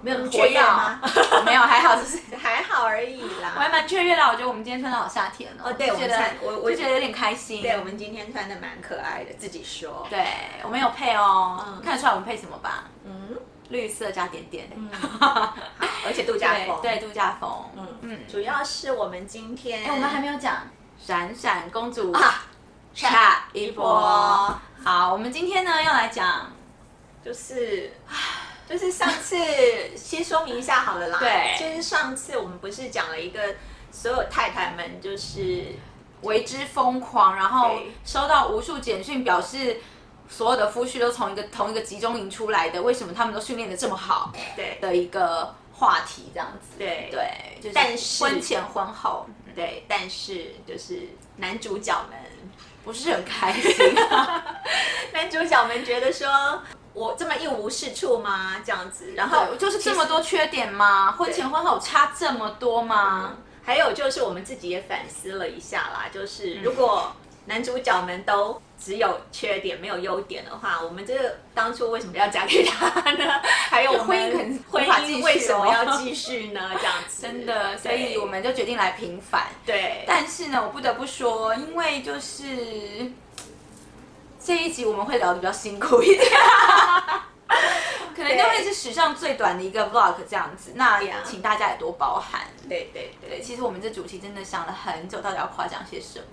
没有那么雀活跃跃啊吗？ 没有，还好，就是还好而已啦。我还蛮雀跃的。我觉得我们今天穿的好夏天哦，哦，对，就我觉们得穿我我就觉得有点开心。对，我们今天穿的蛮可爱的，自己说。对，我们有配哦，嗯看得出来我们配什么吧？嗯，绿色加点点， 好，而且度假风，对对，度嗯假风。嗯嗯嗯，主要是我们今天，哎我们还没有讲闪闪公主啊，下一波。好，我们今天呢要来讲，就是。就是上次 先说明一下好了啦，对就是上次我们不是讲了一个所有太太们就是为之疯狂，然后对收到无数简讯，表示所有的夫婿都从一个同一个集中营出来的，为什么他们都训练的这么好对的一个话题，这样子。对对，就是但是嗯婚前婚后，对，对，但是就是男主角们，不是很 开心。男主角们觉得说我这么一无是处吗？这样子，然后对，就是这么多缺点吗？婚前婚后差这么多吗？还有就是我们自己也反思了一下啦，就是嗯如果男主角们都只有缺点没有优点的话，我们这个当初为什么要嫁给他呢？ 还有我们婚姻可能婚无法继姻续哦为什么要继续呢？这样子 真的，所以对我们就决定来平反。对但是呢，我不得不说，因为就是这一集我们会聊的比较辛苦一点， 可能就会是史上最短的一个 vlog 这样子。那 Yeah 请大家也多包涵。对对对，其实我们这主题真的想了很久，到底要夸奖些什么，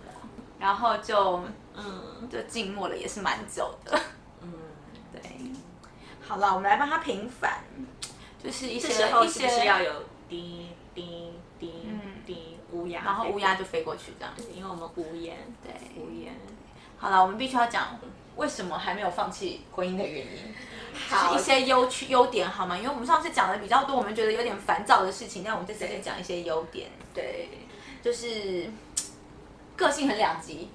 然后就嗯就静默了，也是蛮久的。嗯，对， 好了，我们来帮他平反，就是一些这时候一是些嗯不是要有滴滴滴滴乌鸦？然后乌鸦，就飞过去这样。因为我们无言，对，无言。好了，我们必须要讲为什么还没有放弃婚姻的原因，好就是一些优缺优点好吗？因为我们上次讲的比较多，我们觉得有点烦躁的事情，但我们这次就讲一些优点，对就是个性很两极，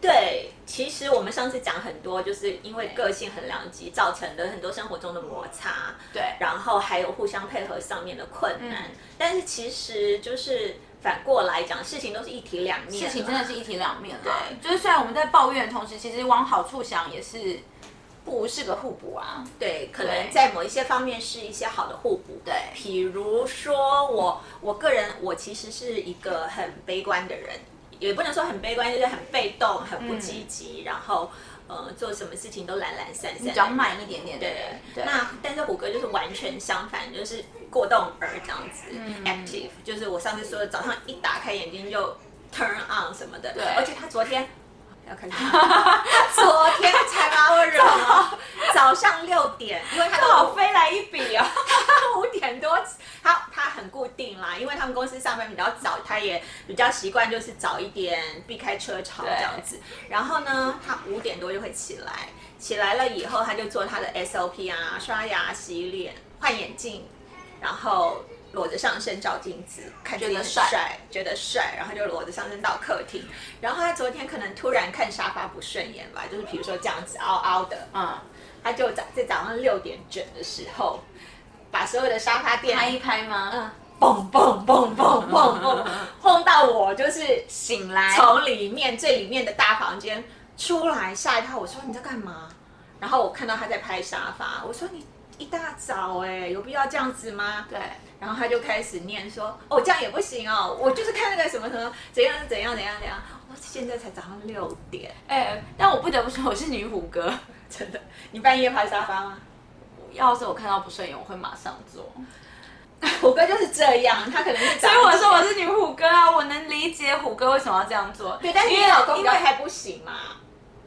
对，其实我们上次讲很多，就是因为个性很两极造成的很多生活中的摩擦，对然后还有互相配合上面的困难。嗯但是其实就是反过来讲，事情都是一体两面啦，事情真的是一体两面啦。对就是虽然我们在抱怨的同时，其实往好处想也是不是个互补啊。对，可对能在某一些方面是一些好的互补。对比如说我我个人，我其实是一个很悲观的人，也不能说很悲观，就是很被动、很不积极，然后呃做什么事情都懒懒散散，嗯比较慢一点点的对人，对对，那但是虎哥就是完全相反，就是过动儿这样子、active，就是嗯我上次说的早上一打开眼睛就 turn on 什么的，对而且他昨天 要开始吗，他昨天才把我惹毛，早上六点，因为他正 好到飞来一笔啊！五点多，他他很固定啦，因为他们公司上班比较早，他也比较习惯就是早一点避开车潮对这样子。然后呢，他五点多就会起来，起来了以后他就做他的 SOP 啊，刷牙、洗脸、换眼镜，然后裸着上身照镜子，看自己觉得很帅帅，觉得帅，然后就裸着上身到客厅。然后他昨天可能突然看沙发不顺眼吧，就是比如说这样子凹凹的， 嗯，他就早在早上六点整的时候，把所有的沙发垫拍一拍吗？嗯，蹦蹦蹦蹦蹦 蹦蹦到我就是醒来从里面最里面的大房间出来，吓一跳。我说你在干嘛？然后我看到他在拍沙发，我说你一大早哎、有必要这样子吗？对，然后他就开始念说：“哦，这样也不行哦，我就是看那个什么什么怎样怎样怎样怎样。”我说现在才早上六点，哎、但我不得不说，我是女虎哥。真的，你半夜拍沙发吗？要是我看到不顺眼，我会马上做。虎哥就是这样，他可能是早所以上我说我是女虎哥啊，我能理解虎哥为什么要这样做。对，但是因你为老公因比为较拍不行嘛，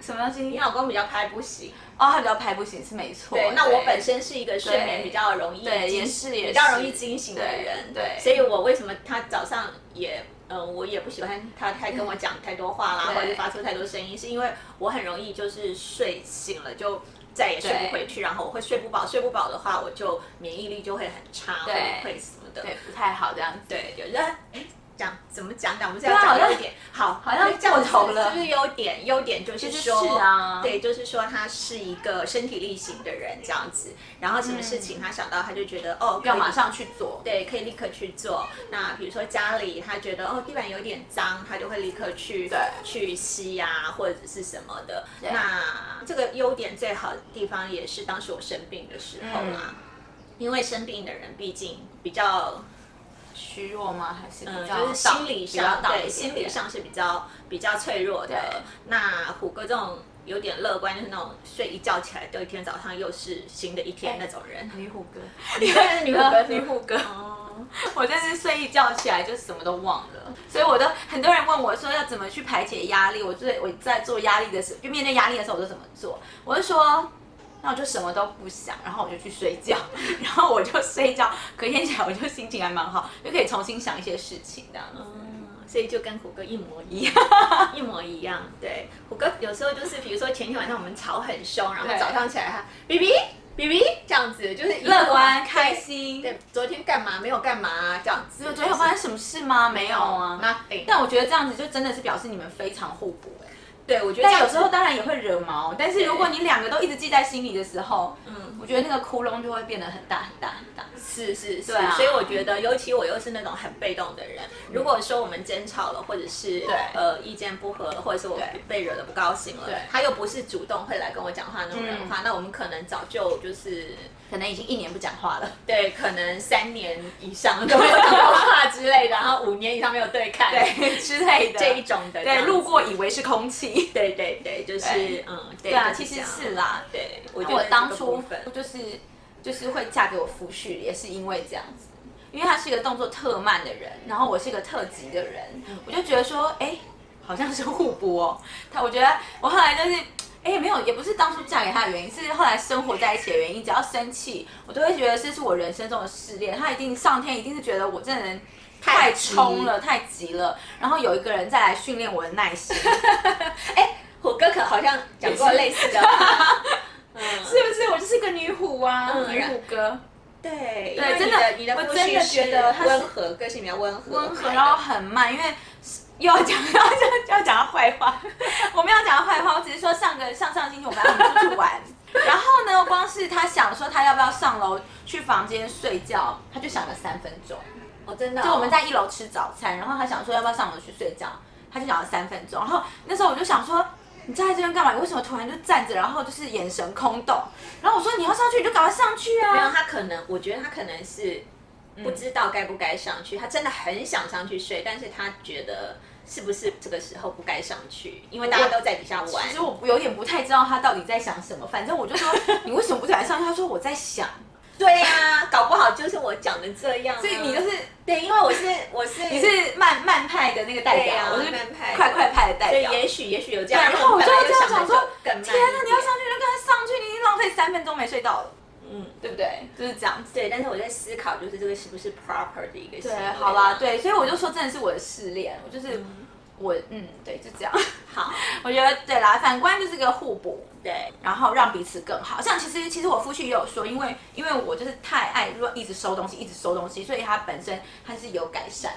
什么东你西？老公比较拍不行。哦，他比较拍不行是没错。对，那我本身是一个睡眠对比较容易对惊也是也比较是容易惊醒的对人，对所以我为什么他早上也。嗯，我也不喜欢他太跟我讲太多话啦，对或者是发出太多声音，是因为我很容易就是睡醒了就再也睡不回去，然后我会睡不饱，睡不饱的话我就免疫力就会很差，会对会什么的。对不太好这样子。对，有人哎讲怎么讲讲，我们是对要啊好讲像优点，好，好像那这样过头了是不是优点？优点就是其实说，是啊对，就是说他是一个身体力行的人这样子，然后什么事情他想到他就觉得、哦，可以嗯要马上去做。对，可以立刻去做。那比如说家里他觉得哦地板有点脏，他就会立刻去对去吸啊或者是什么的。对嗯那这个优点最好的地方也是当时我生病的时候啦。因为生病的人毕竟比较虚弱吗？还是比嗯，较就是心理上对心理理上是比较比较脆弱的对。那虎哥这种有点乐观，就是那种睡一觉起来，第二天早上又是新的一天那种人。 女虎哥，你看是女虎哥，女虎哥， 哦，我真是睡一觉起来就什么都忘了，所以我都很多人问我说要怎么去排解压力，我最我在做压力的时候，就面对压力的时候我都怎么做，我就说。那我就什么都不想，然后我就去睡觉， 然后我就睡觉，隔天起来我就心情还蛮好，就可以重新想一些事情这样子。嗯所以就跟虎哥一模一 样，一模一样。对，虎哥有时候就是，比如说前天晚上我们吵很凶，然后对早上起来他比比比比这样子，就是一个乐观对开心对，昨天干嘛没有干嘛、这样子。昨天有发生什么事吗？没有哦啊。 ？Nothing。但我觉得这样子就真的是表示你们非常互补哎、对，我觉得这但样有子时候当然也会惹毛，但是如果你两个都一直记在心里的时候，嗯嗯，我觉得那个窟窿就会变得很大很大很大。是是是、对啊嗯所以我觉得，尤其我又是那种很被动的人。如果说我们争吵了，或者是对呃意见不合了，或者是我对被惹得不高兴了对，他又不是主动会来跟我讲话那种人的话，嗯那我们可能早就就是可能已经一年不讲话 了。对，可能三年以上都没 有讲过话之类的，然后五年以上没有对看，对 之类 的这一种的，对，路，过以为是空气。对对对，就是对嗯，对对啊，就其是实这是样，啦。对，我我觉觉得得当这个部初分就是就是会嫁给我夫婿，也是因为这样子，因为他是一个动作特慢的人，然后我是一个特急的人，我就觉得说，哎、好像是互补哦。他我觉得我后来就是。哎，没有，也不是当初嫁给他的原因，是后来生活在一起的原因。只要生气，我都会觉得这是我人生中的试炼。他一定上天一定是觉得我这人太急冲了，太急了，然后有一个人再来训练我的耐 心，虎哥可好像讲过类似的话，嗯，是不是？我就是个女虎啊，嗯女虎哥。对，对因为真的你的你的我夫真婿的是觉得他是温和，个性比较温和，哦温和，然后很慢，因为又要讲 又要讲又要讲他坏话， 我没有讲他坏话，我只是说上个上上星期我们要出去 玩，然后呢，光是他想说他要不要上楼去房间睡觉，他就想了三分钟。哦，真的哦，就我们在一楼吃早餐，然后他想说要不要上楼去睡觉，他就讲了三分钟。然后那时候我就想说，你站在这边干嘛？你为什么突然就站着，然后就是眼神空洞？然后我说你要上去你就赶快上去没有啊！他可能，我觉得他可能是嗯不知道该不该上去，他真的很想上去睡，但是他觉得是不是这个时候不该上去，因为大家都在底下玩其。实我有点不太知道他到底在想什么，反正我就说你为什么不敢上去？他说我在想，对呀、搞不好就是我讲的这样、所以你就是对，因为我是我是你是慢慢派的那个代表，对啊我是慢派的快快派的代所以表。也许也许有这对，样，然后我就本来这样想想的就说，更慢一天哪，点你要上去就跟他上去，你已经浪费三分钟没睡到了，嗯。对不对？就是这样子。对，但是我在思考，就是这个是不是 proper 的一个行对为啊，好啦，对，所以我就说真的是我的试炼，我就是、我，嗯，对，就这样。 好，我觉得对啦，反观就是个互补，对，然后让彼此更好。像其实其实我夫婿也有说，因为因为我就是太爱乱一直收东西，一直收东西，所以他本身他是有改善，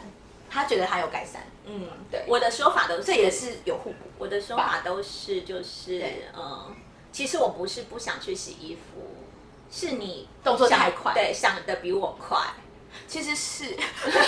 他觉得他有改善，嗯，对我的说法都是，这也是有互补。我的说法都是就是对嗯，其实我不是不想去洗衣服，是你动作想太快对，想的比我快，其实是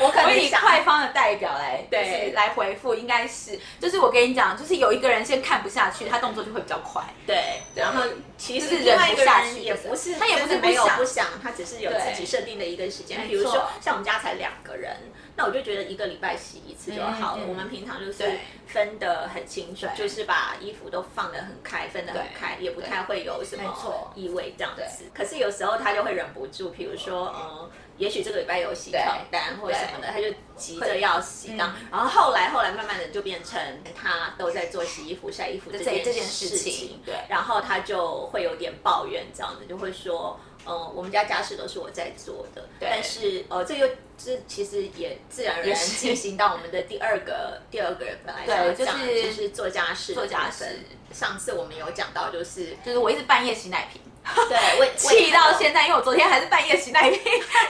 我 可我能以想快方的代表来对就是来回复，应该是就是我跟你讲，就是有一个人先看不下去，他动作就会比较快。对，然后其就实是另外一个忍不下去人也不是，他也不是真的没有不想不想，他只是有对自己设定的一个时间，没比如说错像我们家才两个人。那我就觉得一个礼拜洗一次就好了。嗯嗯我们平常就是对分得很清楚，对就是把衣服都放得很开，分得很对开，也不太会有什没么错异味这样子。可是有时候他就会忍不住，比如说，嗯，也许这个礼拜有洗床单或者什么的，他就急着要洗这样。嗯然后后来后来慢慢的就变成他都在做洗衣服、晒衣服这这件这件事情情对然后他就会有点抱怨，这样子就会说，嗯，我们家家事都是我在做的，但是呃，这又这其实也自然而然也是进行到我们的第二个第二个人本来对想要讲的，就是就是做家事做家部分事。上次我们有讲到，就是就是我一直半夜洗奶瓶， 对，为气到现在，因为我昨天还是半夜洗 奶瓶，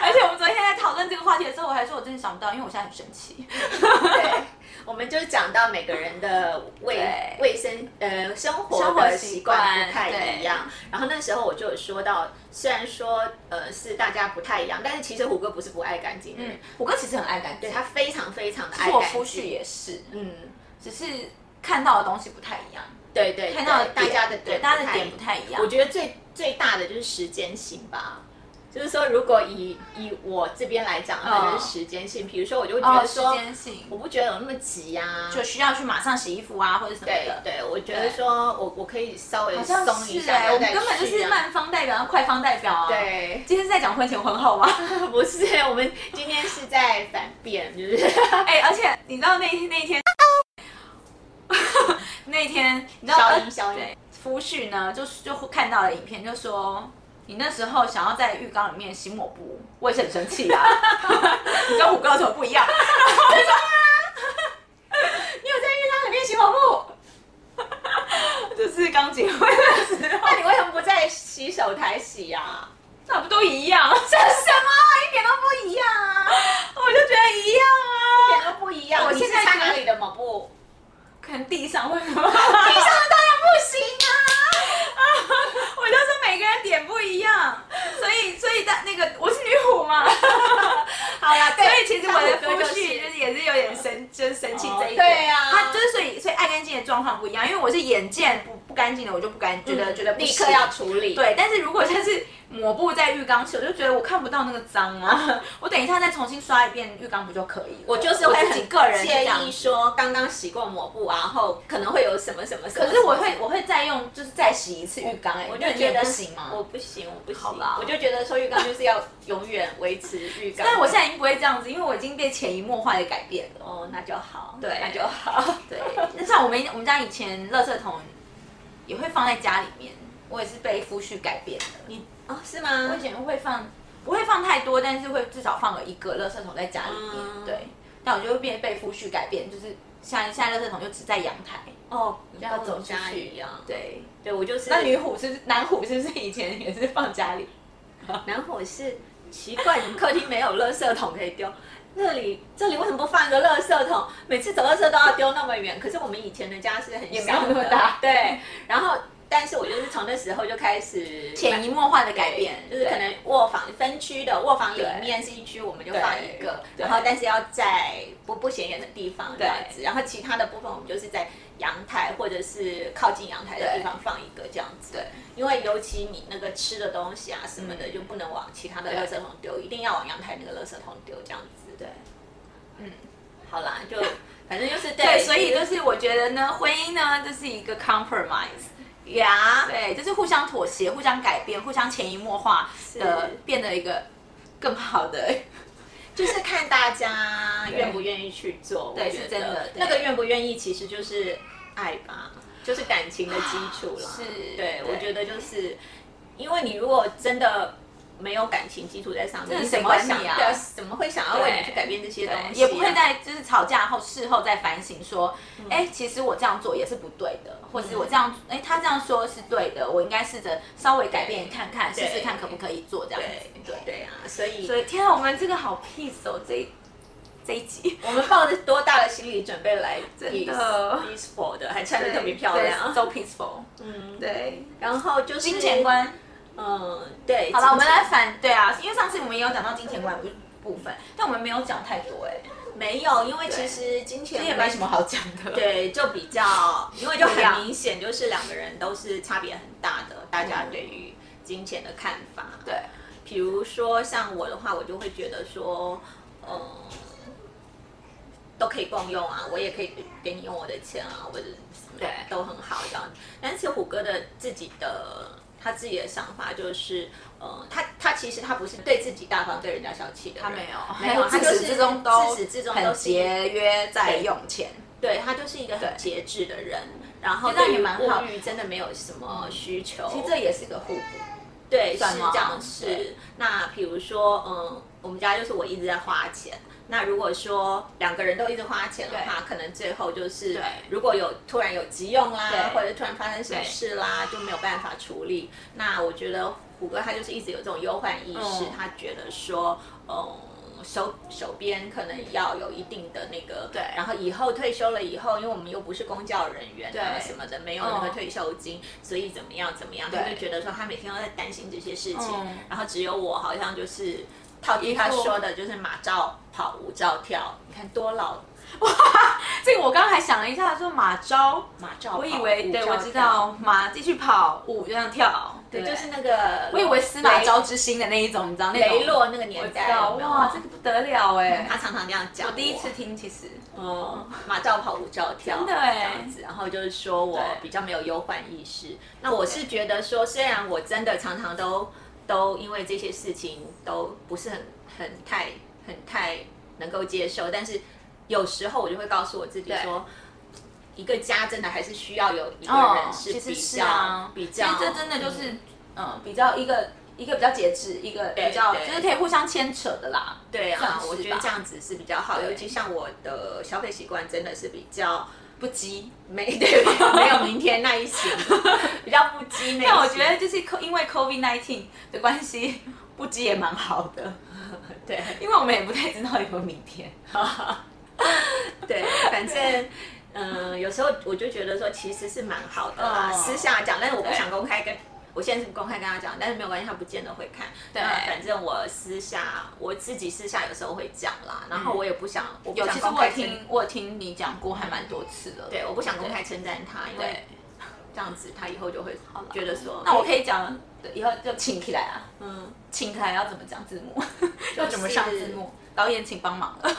而且我们昨天在讨论这个话题的时候，我还说我真的想不到，因为我现在很生气。对， 我们就讲到每个人的卫对卫生呃生活生活的习习惯不惯太对一样。然后那时候我就有说到，虽然说呃是大家不太一样，但是其实虎哥不是不爱干净的人，嗯，虎哥其实很爱干净对，他非常非常的其爱实我干净。夫婿也是，嗯，只是看到的东西不太一样，对对对，看到的大点家的对点大家的点不不太太一一样样我。觉得最最大的就是时间性吧。就是说，如果以以我这边来讲，可能是时间性。比如说，我就会觉哦，得时说，间性我不觉得有那么急呀、啊。就需要去马上洗衣服啊，或者什么对的。对，我觉得说我我可以稍微像松一是下，哎、不要我们再根本就去是啊。慢方代表、快方代表啊。， 对，今天是在讲婚前婚后吗？不是，我们今天是在反辩，就是哎、而且你知道那那一天， 那一天你知道消呃音消音对。夫婿呢，就是就看到了影片，就说你那时候想要在浴缸里面洗抹布，我也是很生气啊。 你跟虎哥有什么不一样？ 你有在浴缸里面洗抹布？就是刚结婚的时候， 那你为什么不在洗手台洗呀、啊？那不都一样？这什么？一点都不一样啊，我就觉得一样一啊。点都不一样。我你现是在擦觉得哪里的抹布？可能地上为什地上么？的当然不行啊。 我就说每个人点不一样，所以所以大那个我是女虎 嘛，好啦，对所以其实我的像夫我哥就婿就是也是有点生就是生气这一哦点，对啊他就是所以所以爱干净的状况不一样，因为我是眼见不不干净的，我就不干觉得、觉得不嗯立行刻要处理。，对，但是如果像是抹布在浴缸洗，我就觉得我看不到那个脏啊， 我等一下再重新刷一遍浴缸不就可以了？我就是会自己个人很是介这样意说刚刚洗过抹布，然后可能会有什么什么什么。可是我会我会再用就是再洗一次浴缸、哎，我就那你觉也得不行吗？我不行，我不行。好吧我就觉得说浴缸就是要永远维持浴 缸。但是我现在已经不会这样子，因为我已经被潜移默化的改变了。哦，那就好，对那就好。对，那像我们我们家以前垃圾桶也会放在家里面，我也是被夫婿改变的。你哦，是我吗以？前会放，不会放太多，但是会至少放了一个垃圾桶在家里面。嗯对，但我就会变被夫婿改变，就是现在现在垃圾桶就只在阳台，哦，就要走出家去一样。对，对，我就是。那女虎是不是男虎是不是以前也是放家里？嗯然后我是奇怪，你们客厅没有垃圾桶可以丢，这里这里为什么不放一个垃圾桶？每次走垃圾都要丢那么远。可是我们以前的家是很也没有小的那么大 对。然后，但是我就是从那时候就开始潜移默化的改变，就是可对能卧房分区的卧房里面是一区，我们就放一个，对然后但是要在不不显眼的地方这对样子，然后其他的部分我们就是在阳台或者是靠近阳台的地方放一个这样子。对，嗯因为尤其你那个吃的东西啊什么的，就不能往其他的垃圾桶丢，一定要往阳台那个垃圾桶丢这样子。对，嗯。好啦， 就反正就是对，对，所以就是我觉得呢，婚姻呢就是一个 compromise，呀，对，就是互相妥协、互相改变、互相潜移默化的是变得一个更好 的。就是看大家对愿不愿意去做，对我觉得是真的对那个愿不愿意其实就是爱吧，就是感情的基础啦。啊是对对，我觉得就是因为你如果真的没有感情基础在上面，这你谁怎么管想你啊对怎么会想要为对你去改变这些东西啊？也不会在就是吵架后事后再反省说，哎、其实我这样做也是不对的，或是我这样，哎、他这样说是对的，我应该试着稍微改变看看，试对试看可不可以做这样对子。对对，对啊，所以所以天啊，我们这个好 peace 哦，这一这一集我们抱着多大的心理准备来 真的 peaceful 的，还穿的特别漂亮。 ，so peaceful。嗯，啊对，然后就是金钱，观。嗯，对。好了，我们金钱来反对啊，因为上次我们也有讲到金钱观部部分，但我们没有讲太多哎、没有，因为其实金钱其实也没什么好讲的。，对，就比较，因为就不一样很明显，就是两个人都是差别很大的，大家对于金钱的看法。对，比如说像我的话，我就会觉得说，嗯，都可以共用啊，我也可以给你用我的钱啊，或者什么的对都很好这样子。但是虎哥的自己的他自己的想法就是，呃，他他其实他不是对自己大方，对人家小气的人， 他没有，没有，他自就始是至终都自始至终都很是一个节约在用钱。对他就是一个很对节制的人，然后这样对也于嗯蛮好物欲真的没有什么需求。其实这也是个互补。对是算吗这样是对。那比如说，嗯，我们家就是我一直在花钱。那如果说两个人都一直花钱的话，可能最后就是对如果有突然有急用啦，对或者突然发生什么事啦，就没有办法处理。那我觉得虎哥他就是一直有这种忧患意识，嗯他觉得说，嗯。手手边可能要有一定的那个，对然后以后退休了以后，因为我们又不是公教人员啊对什么的，没有那个嗯退休金，所以怎么样怎么样，他对就觉得说他每天都在担心这些事情，嗯然后只有我好像就是套句他说的，就是马照跑，舞照跳，你看多老哇，这个我刚刚还想了一下，说马招，马照跑我以为舞对照我知道马继续跑，舞就像跳，对，不就是那个，我以为司马昭之心的那一种，你知道那种雷洛那个年我知代道有没有哇，这个不得了哎他！常常这样讲。我第一次听，其实哦，马照跑，舞照跳，嗯真的这哎样子。然后就是说我对比较没有忧患意识。那我是觉得说，虽然我真的常常都都因为这些事情都不是很很太很太能够接受，但是有时候我就会告诉我自己说。一个家真的还是需要有一个人是哦其比实是较、啊，比较，其实这真的就是嗯，比较一个一个比较节制，一个比较对就是可以互相牵扯的啦。对啊算，是我觉得吧这样子是比较好，对尤其像我的消费习惯真的是比较不羁。没对， 没有明天那一 型，比较不羁那一型。但我觉得就是因为 COVID 1 9的关系，不羁也蛮好的，对因为我们也不太知道有没有明天。对，反正。嗯，有时候我就觉得说其实是蛮好的啦，嗯私下讲，但是我不对想公开跟，我现在是公开跟他讲，但是没有关系，他不见得会看。对那反正我私下我自己私下有时候会讲啦，然后我也不想，我不有，想其实公我开有称听我有听你讲过，还蛮多次了。对，我不想公开称赞他，因为对， 这样子他以后就会啦觉得说，那我可以讲，对以后就请起来啊。嗯， 请起来要怎么讲字幕， 要怎么上字幕，导演请帮忙 了，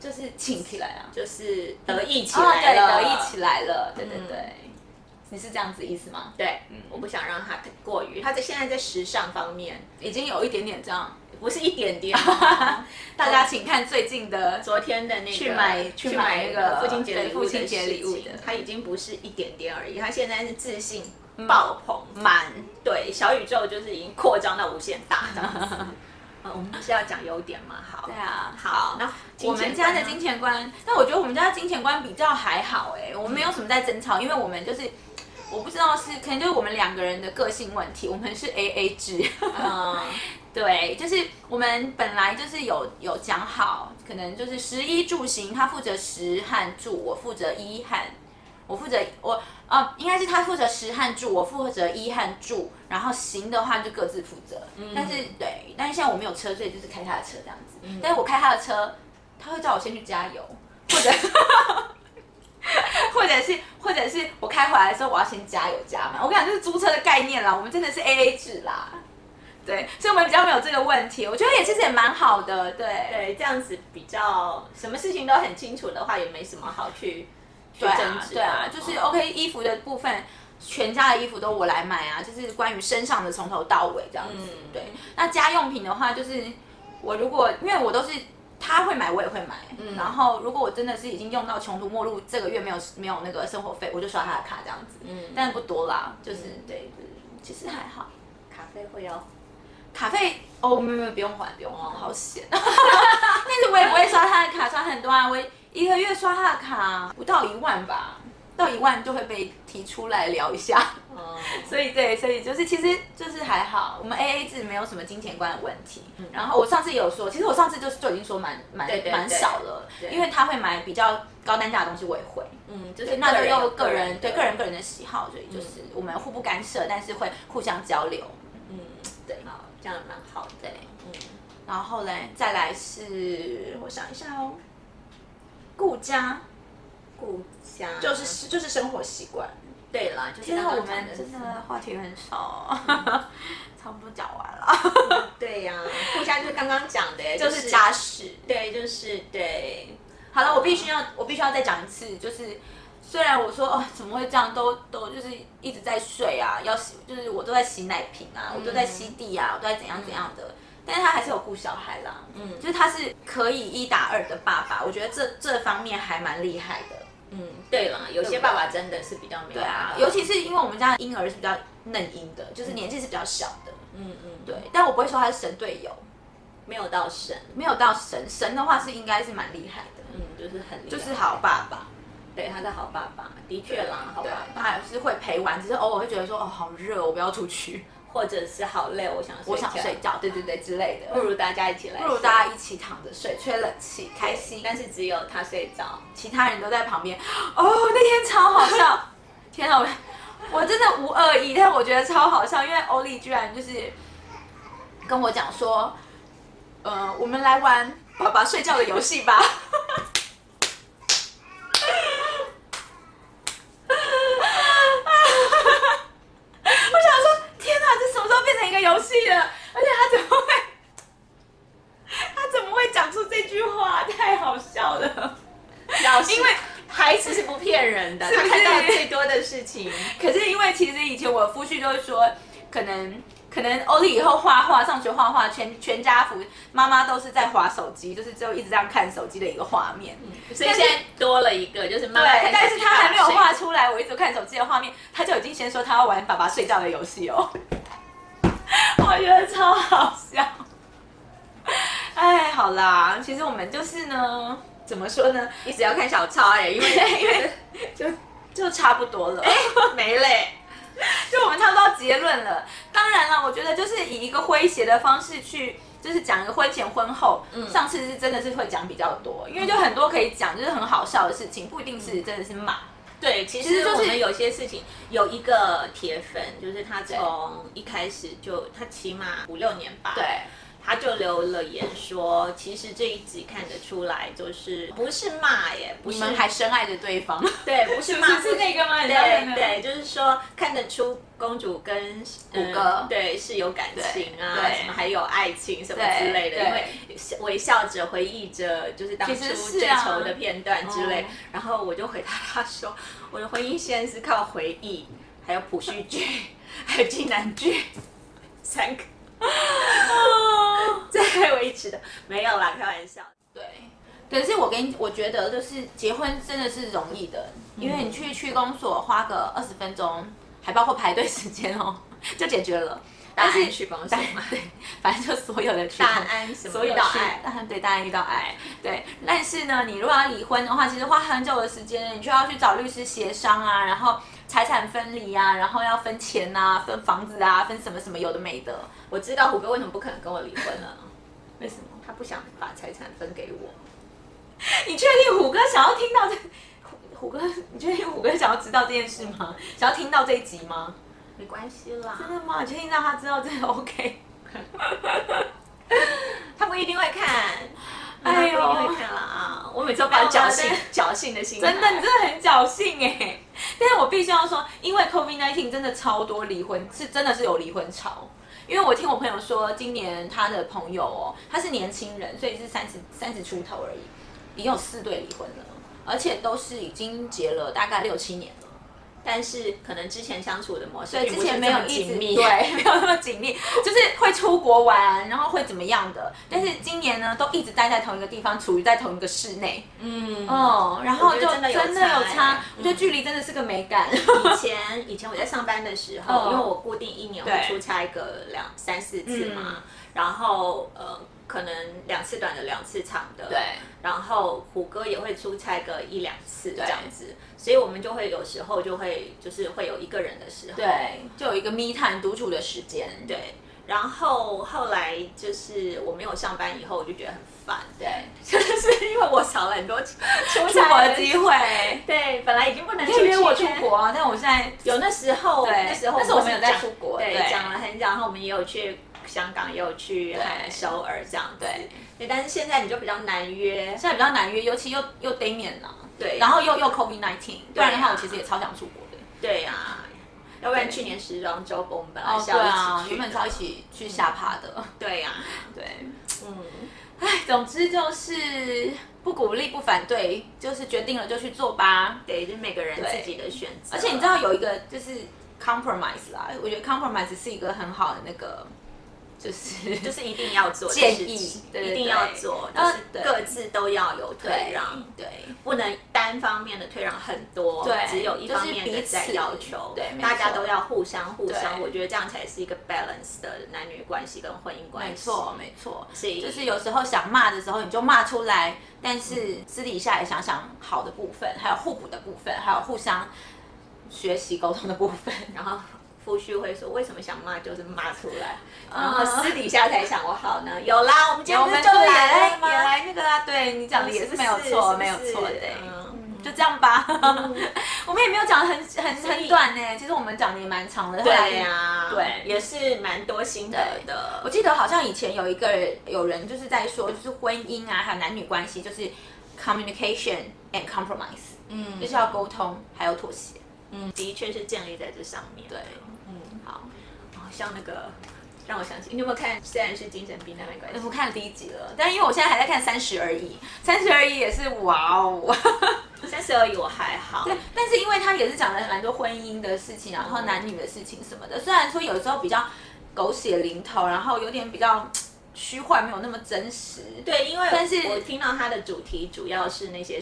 就是请起来啊，就是得意起哦来对，了，得意起来了，对对嗯对，你是这样子意思吗？对，我不想让他过于，他在现在在时尚方面已经有一点点这样，不是一点 点。大家请看最近的，昨天的那个去买去买那个父亲节对礼物的父亲节礼物事情的他已经不是一点点而已，他现在是自信爆棚，嗯满对，小宇宙就是已经扩张到无限大这样 子。呃我们是要讲优点吗？好，对啊，好，那我们家的金金钱钱观，但我觉得我们家的金钱观比较还好哎、我们没有什么在争吵，因为我们就是我不知道是可能就是我们两个人的个性问题，我们是 A A 制，观呢，嗯对，就是我们本来就是有有讲好，可能就是食衣住行，他负责食和住，我负责衣和，我负责我呃，应该是他负责食和住，我负责衣和住，然后行的话就各自负责。但是对，但是现在我没有车，所以就是开他的车这样子。但是我开他的车，他会叫我先去加油，或者或者是或者是我开回来的时候，我要先加油加满。我跟你讲，这是租车的概念啦，我们真的是 A A 制啦。对，所以我们比较没有这个问题，我觉得也其实也蛮好的，对嗯， 对，这样子比较什么事情都很清楚的话，也没什么好去去对争啊执的。对啊，就是哦 OK 衣服的部分，全家的衣服都我来买啊，就是关于身上的从头到尾这样子。嗯对，那家用品的话，就是我如果因为我都是他会买，我也会买，嗯然后如果我真的是已经用到穷途末路，这个月没有没有那个生活费，我就刷他的卡这样子，嗯但是不多啦，就是、嗯对，就是其实还好。咖啡会要卡费哦，没有没有，不用还，不用还，好险。 但是我也不会刷他的卡，刷很多啊，我一个月刷他的卡不到一万吧，到一万就会被提出来聊一下。 哦，所以对，所以就是其实就是还好，我们 A A 制没有什么金钱观的问题。然后我上次也有说，其实我上次就是就已经说蛮蛮嗯对对对蛮少了，对因为他会买比较高单价的东西，我也会。嗯，就对，是那就有用个人对个人的个人的喜好，所以就是我们互不干涉，但是会互相交流。嗯，对，好，这样蛮好的，对。嗯，然后嘞，再来是我想一下哦，顾家顾家就是就是生活习惯。对了，就是现在刚我刚讲们的真是的话题很少 哦，差不多讲完了，对呀，顾家就是刚刚讲的，就是家事。对，就是对，好了，我必须要我必须要再讲一次，就是虽然我说哦怎么会这样，都都就是一直在睡啊，要洗就是我都在洗奶瓶啊，我都嗯在吸地啊，我都在怎样怎样的。但是他还是有顾小孩啦，嗯，就是他是可以一打二的爸爸，我觉得这这方面还蛮厉害的。嗯，对了，有些爸爸真的是比较没有对啊办，法尤其是因为我们家的婴儿是比较嫩婴的，就是年纪是比较小的。嗯嗯，对，但我不会说他是神队友，没有到神，没有到神神的话是应该是蛮厉害的，嗯，就是很厉害就是，好爸爸。对，他是好爸爸，的确啦，好对啊爸，爸，他也是会陪玩，只是偶尔会觉得说哦好热，我不要出去，或者是好累，我想我想睡啊觉，觉，对对对之类的。不如大家一起来睡，不如大家一起躺着睡，吹冷气，开心。但是只有他睡着，其他人都在旁边。哦，那天超好笑， 天啊，我我真的无恶意，但我觉得超好笑，因为欧丽居然就是跟我讲说， 呃，我们来玩爸爸睡觉的游戏吧。啊 骗人的，是不他是看到最多的事情。可是因为其实以前我夫婿就会说，可能可能欧丽以后画画，上学画画，全全家福妈妈都是在划手机，就是就一直这样看手机的一个画面。所以现在多了一个，就是妈妈对看，但是他还没有谁画出来，我一直看手机的画面，他就已经先说他要玩爸爸睡觉的游戏哦， 我觉得超好笑。哎，好啦，其实我们就是呢，怎么说呢，一直要看小抄哎、因 为因为就就差不多了。没嘞。就我们差不多到结论了。当然了，我觉得就是以一个诙谐的方式去，就是讲一个婚前婚后。嗯，上次是真的是会讲比较多，因为就很多可以讲，就是很好笑的事情，不一定嗯是真的是骂。对，其其实实就是我们有些事情有一个铁粉，就是他从一开始就他起码五六年吧，，他就留了言说，其实这一集看得出来，就是不是骂耶，不你是们还深爱着对方， 对，不是骂，那个吗？对对，就是说看得出公主跟嗯骨骼对是有感情啊，对什么还有爱情什么对之类的，对因为微笑着回忆着就是当初其实是追啊求的片段之类，哦然后我就回答他说，我的婚姻现在是靠回忆，还有朴叙剧， 还有金南剧三 个在维持的，没有啦，开玩笑。对，可是我跟你，我觉得就是结婚真的是容易的，嗯因为你去区公所花个二十分钟，还包括排队时间哦， 就解决了。但大是安区公所嘛对，反正就所有的区 大安什么所有遇的到区爱，啊对，大安遇到爱，对。但是呢，你如果要离婚的话，其实花很久的时间，你就要去找律师协商啊，然后财产分离啊，然后要分钱啊，分房子啊，分什么什么有的没的。我知道虎哥为什么不肯跟我离婚 了，为什么？他不想把财产分给我。你确定虎哥想要听到这？虎虎哥，你确定虎哥想要知道这件事吗？想要听到这一集吗？没关系啦，真的吗？你确定让他知道这个 OK？他不一定会看， 哎呦他不一定会看了啊！我每次都把侥幸没有啦啊侥幸的心态，真的，你真的很侥幸哎、但是我必须要说，因为 COVID 1 9真的超多离婚，是真的是有离婚潮。因为我听我朋友说，今年他的朋友哦，他是年轻人，所以是三十三十出头而已，已经有四对离婚了，而且都是已经结了大概六七年了。但是可能之前相处的模式对，并之不是前没有这么一直紧密，对， 没有那么 紧密，就是会出国玩，然后会怎么样的。但是今年呢，都一直待在同一个地方，处于在同一个室内，嗯，哦，然后我就觉得真的有真的差有欸差，嗯我觉得距离真的是个美 感。以前以前我在上班的时候，哦因为我固定一年对会出差个两三四次嘛，嗯然后呃，可能两次短的，两次长的，对。然后虎哥也会出差个一两次这样子，所以我们就会有时候就会就是会有一个人的时候，对，就有一个密探独处的时间。对对，然后后来就是我没有上班以后，我就觉得很烦，对，就是因为我少了很多出出出国差的机。会，对，本来已经不能可以约出去我出国啊，但我现在有那时候，对那时候但是我们们有讲在出国对对，讲了很久，然后我们也有去香港，也有去对首尔这样子。对对，但是现在你就比较难约。现在比较难约，尤其又又 d a m i a n 啊，对然后又又 COVID nineteen，不然对的话啊我其实也超想出国的。对啊，要不然对去年时装周我们本来哦，是对要啊一，起去原的，本是要一起去下趴的。对呀、对，嗯，唉，总之就是不鼓励不反对，就是决定了就去做吧。对，就是每个人对自己的选择。而且你知道有一个就是 compromise 啦，我觉得 compromise 是一个很好的那个，就是就是一定要做的建事议情对对一定要做，对就是对各自都要有退对啊让，对不能单方面的退让很多，对只有一方面就是的彼此在要求，对没错大家都要互相互相，对我觉得这样才是一个 balance 的男女关系跟婚姻关系，没错，没错，所以就是有时候想骂的时候你就骂出来，但是私底下也想想好的部分，还有互补的部分，还有互相学习沟通的部分。然后。夫婿会说：“为什么想骂就是骂出来，嗯然后私底下才想我好呢。”有啦，我们今然天不是后我们就就来来了也吗？来那个啦，对你讲的也是没有错，是不是没有错的。欸嗯就这样吧， 我们也没有讲得很很很短呢，其实我们讲的也蛮长的。对啊呀，对也是蛮多心得对的我。记得好像以前有一个人有人就是在说，就是婚姻啊，还有男女关系，就是 communication and compromise，嗯就是要沟通，还有妥协。嗯，的确是建立在这上面。对嗯，好，好像那个让我想起，你有没有看？虽然是精神病，但没关系我。看了第一集了，但因为我现在还在看《三十而已》，《三十而已》也是哇哦，三十而已，我还好。对，但是因为他也是讲了蛮多婚姻的事情，啊然后男女的事情什么的，虽然说有时候比较狗血淋头，然后有点比较虚幻，没有那么真实。对，因为但是我听到他的主题主要是那些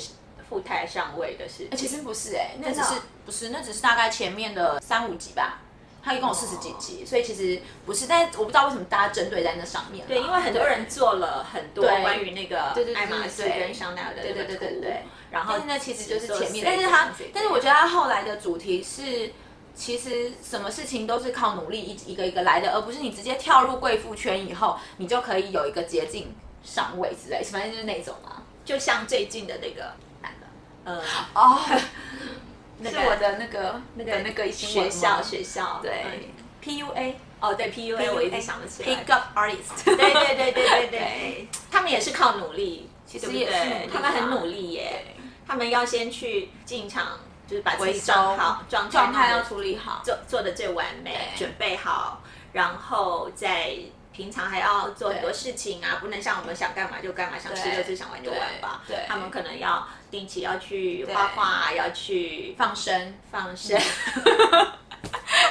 富态上位的事情，其实不是哎、那只真的是哦不是，那只是大概前面的三五集吧。他一共有四十几集，所以其实不是，但是我不知道为什么大家针对在那上面啦。对因为很多人做了很多对关于那个对爱马仕对跟香奈儿的对对那对个对图对，然后但是那其实就是做前谁面，但是他跟谁，但是我觉得他后来的主题是，其实什么事情都是靠努力一一个一个来的，而不是你直接跳入贵妇圈以后，你就可以有一个捷径上位之类，反正就是那种啊。就像最近的那个男的呃哦， 那是个我的那个那个对那个新闻学吗校学校对嗯 PUA 哦对 PUA 我一直想不起来 Pick，up artist，对对对对对对 对，他们也是靠努力，其实也是努力啊他们很努力耶，他们要先去进场，就是把自回己收装好，状态状态弄要得处理好，做做的最完美，对准备好，然后再平常还要做很多事情啊，不能像我们想干嘛就干嘛，想吃就吃，想玩就玩吧。对对他们可能要定期要去画画啊，要去放生。放生，嗯就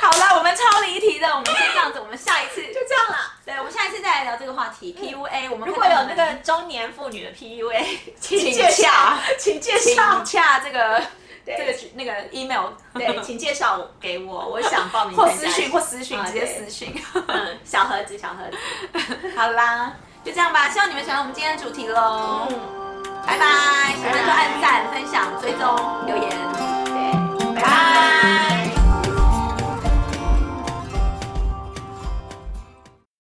好了，我们超离题的，我们先这样子，我们下一次 就这样啦。对，我们下一次再来聊这个话题。PUA，我 们如如果有那个中年妇女的 PUA，请请介绍洽，请介请绍，洽这个这对个那个 email，对， 请介绍给我，我想报名或参加私讯或私讯啊直接对私讯。 嗯，小盒子，小盒子，好啦，就这样吧，希望你们喜欢我们今天的主题喽，嗯，拜拜，喜欢就按赞、分享、追踪、留言。嗯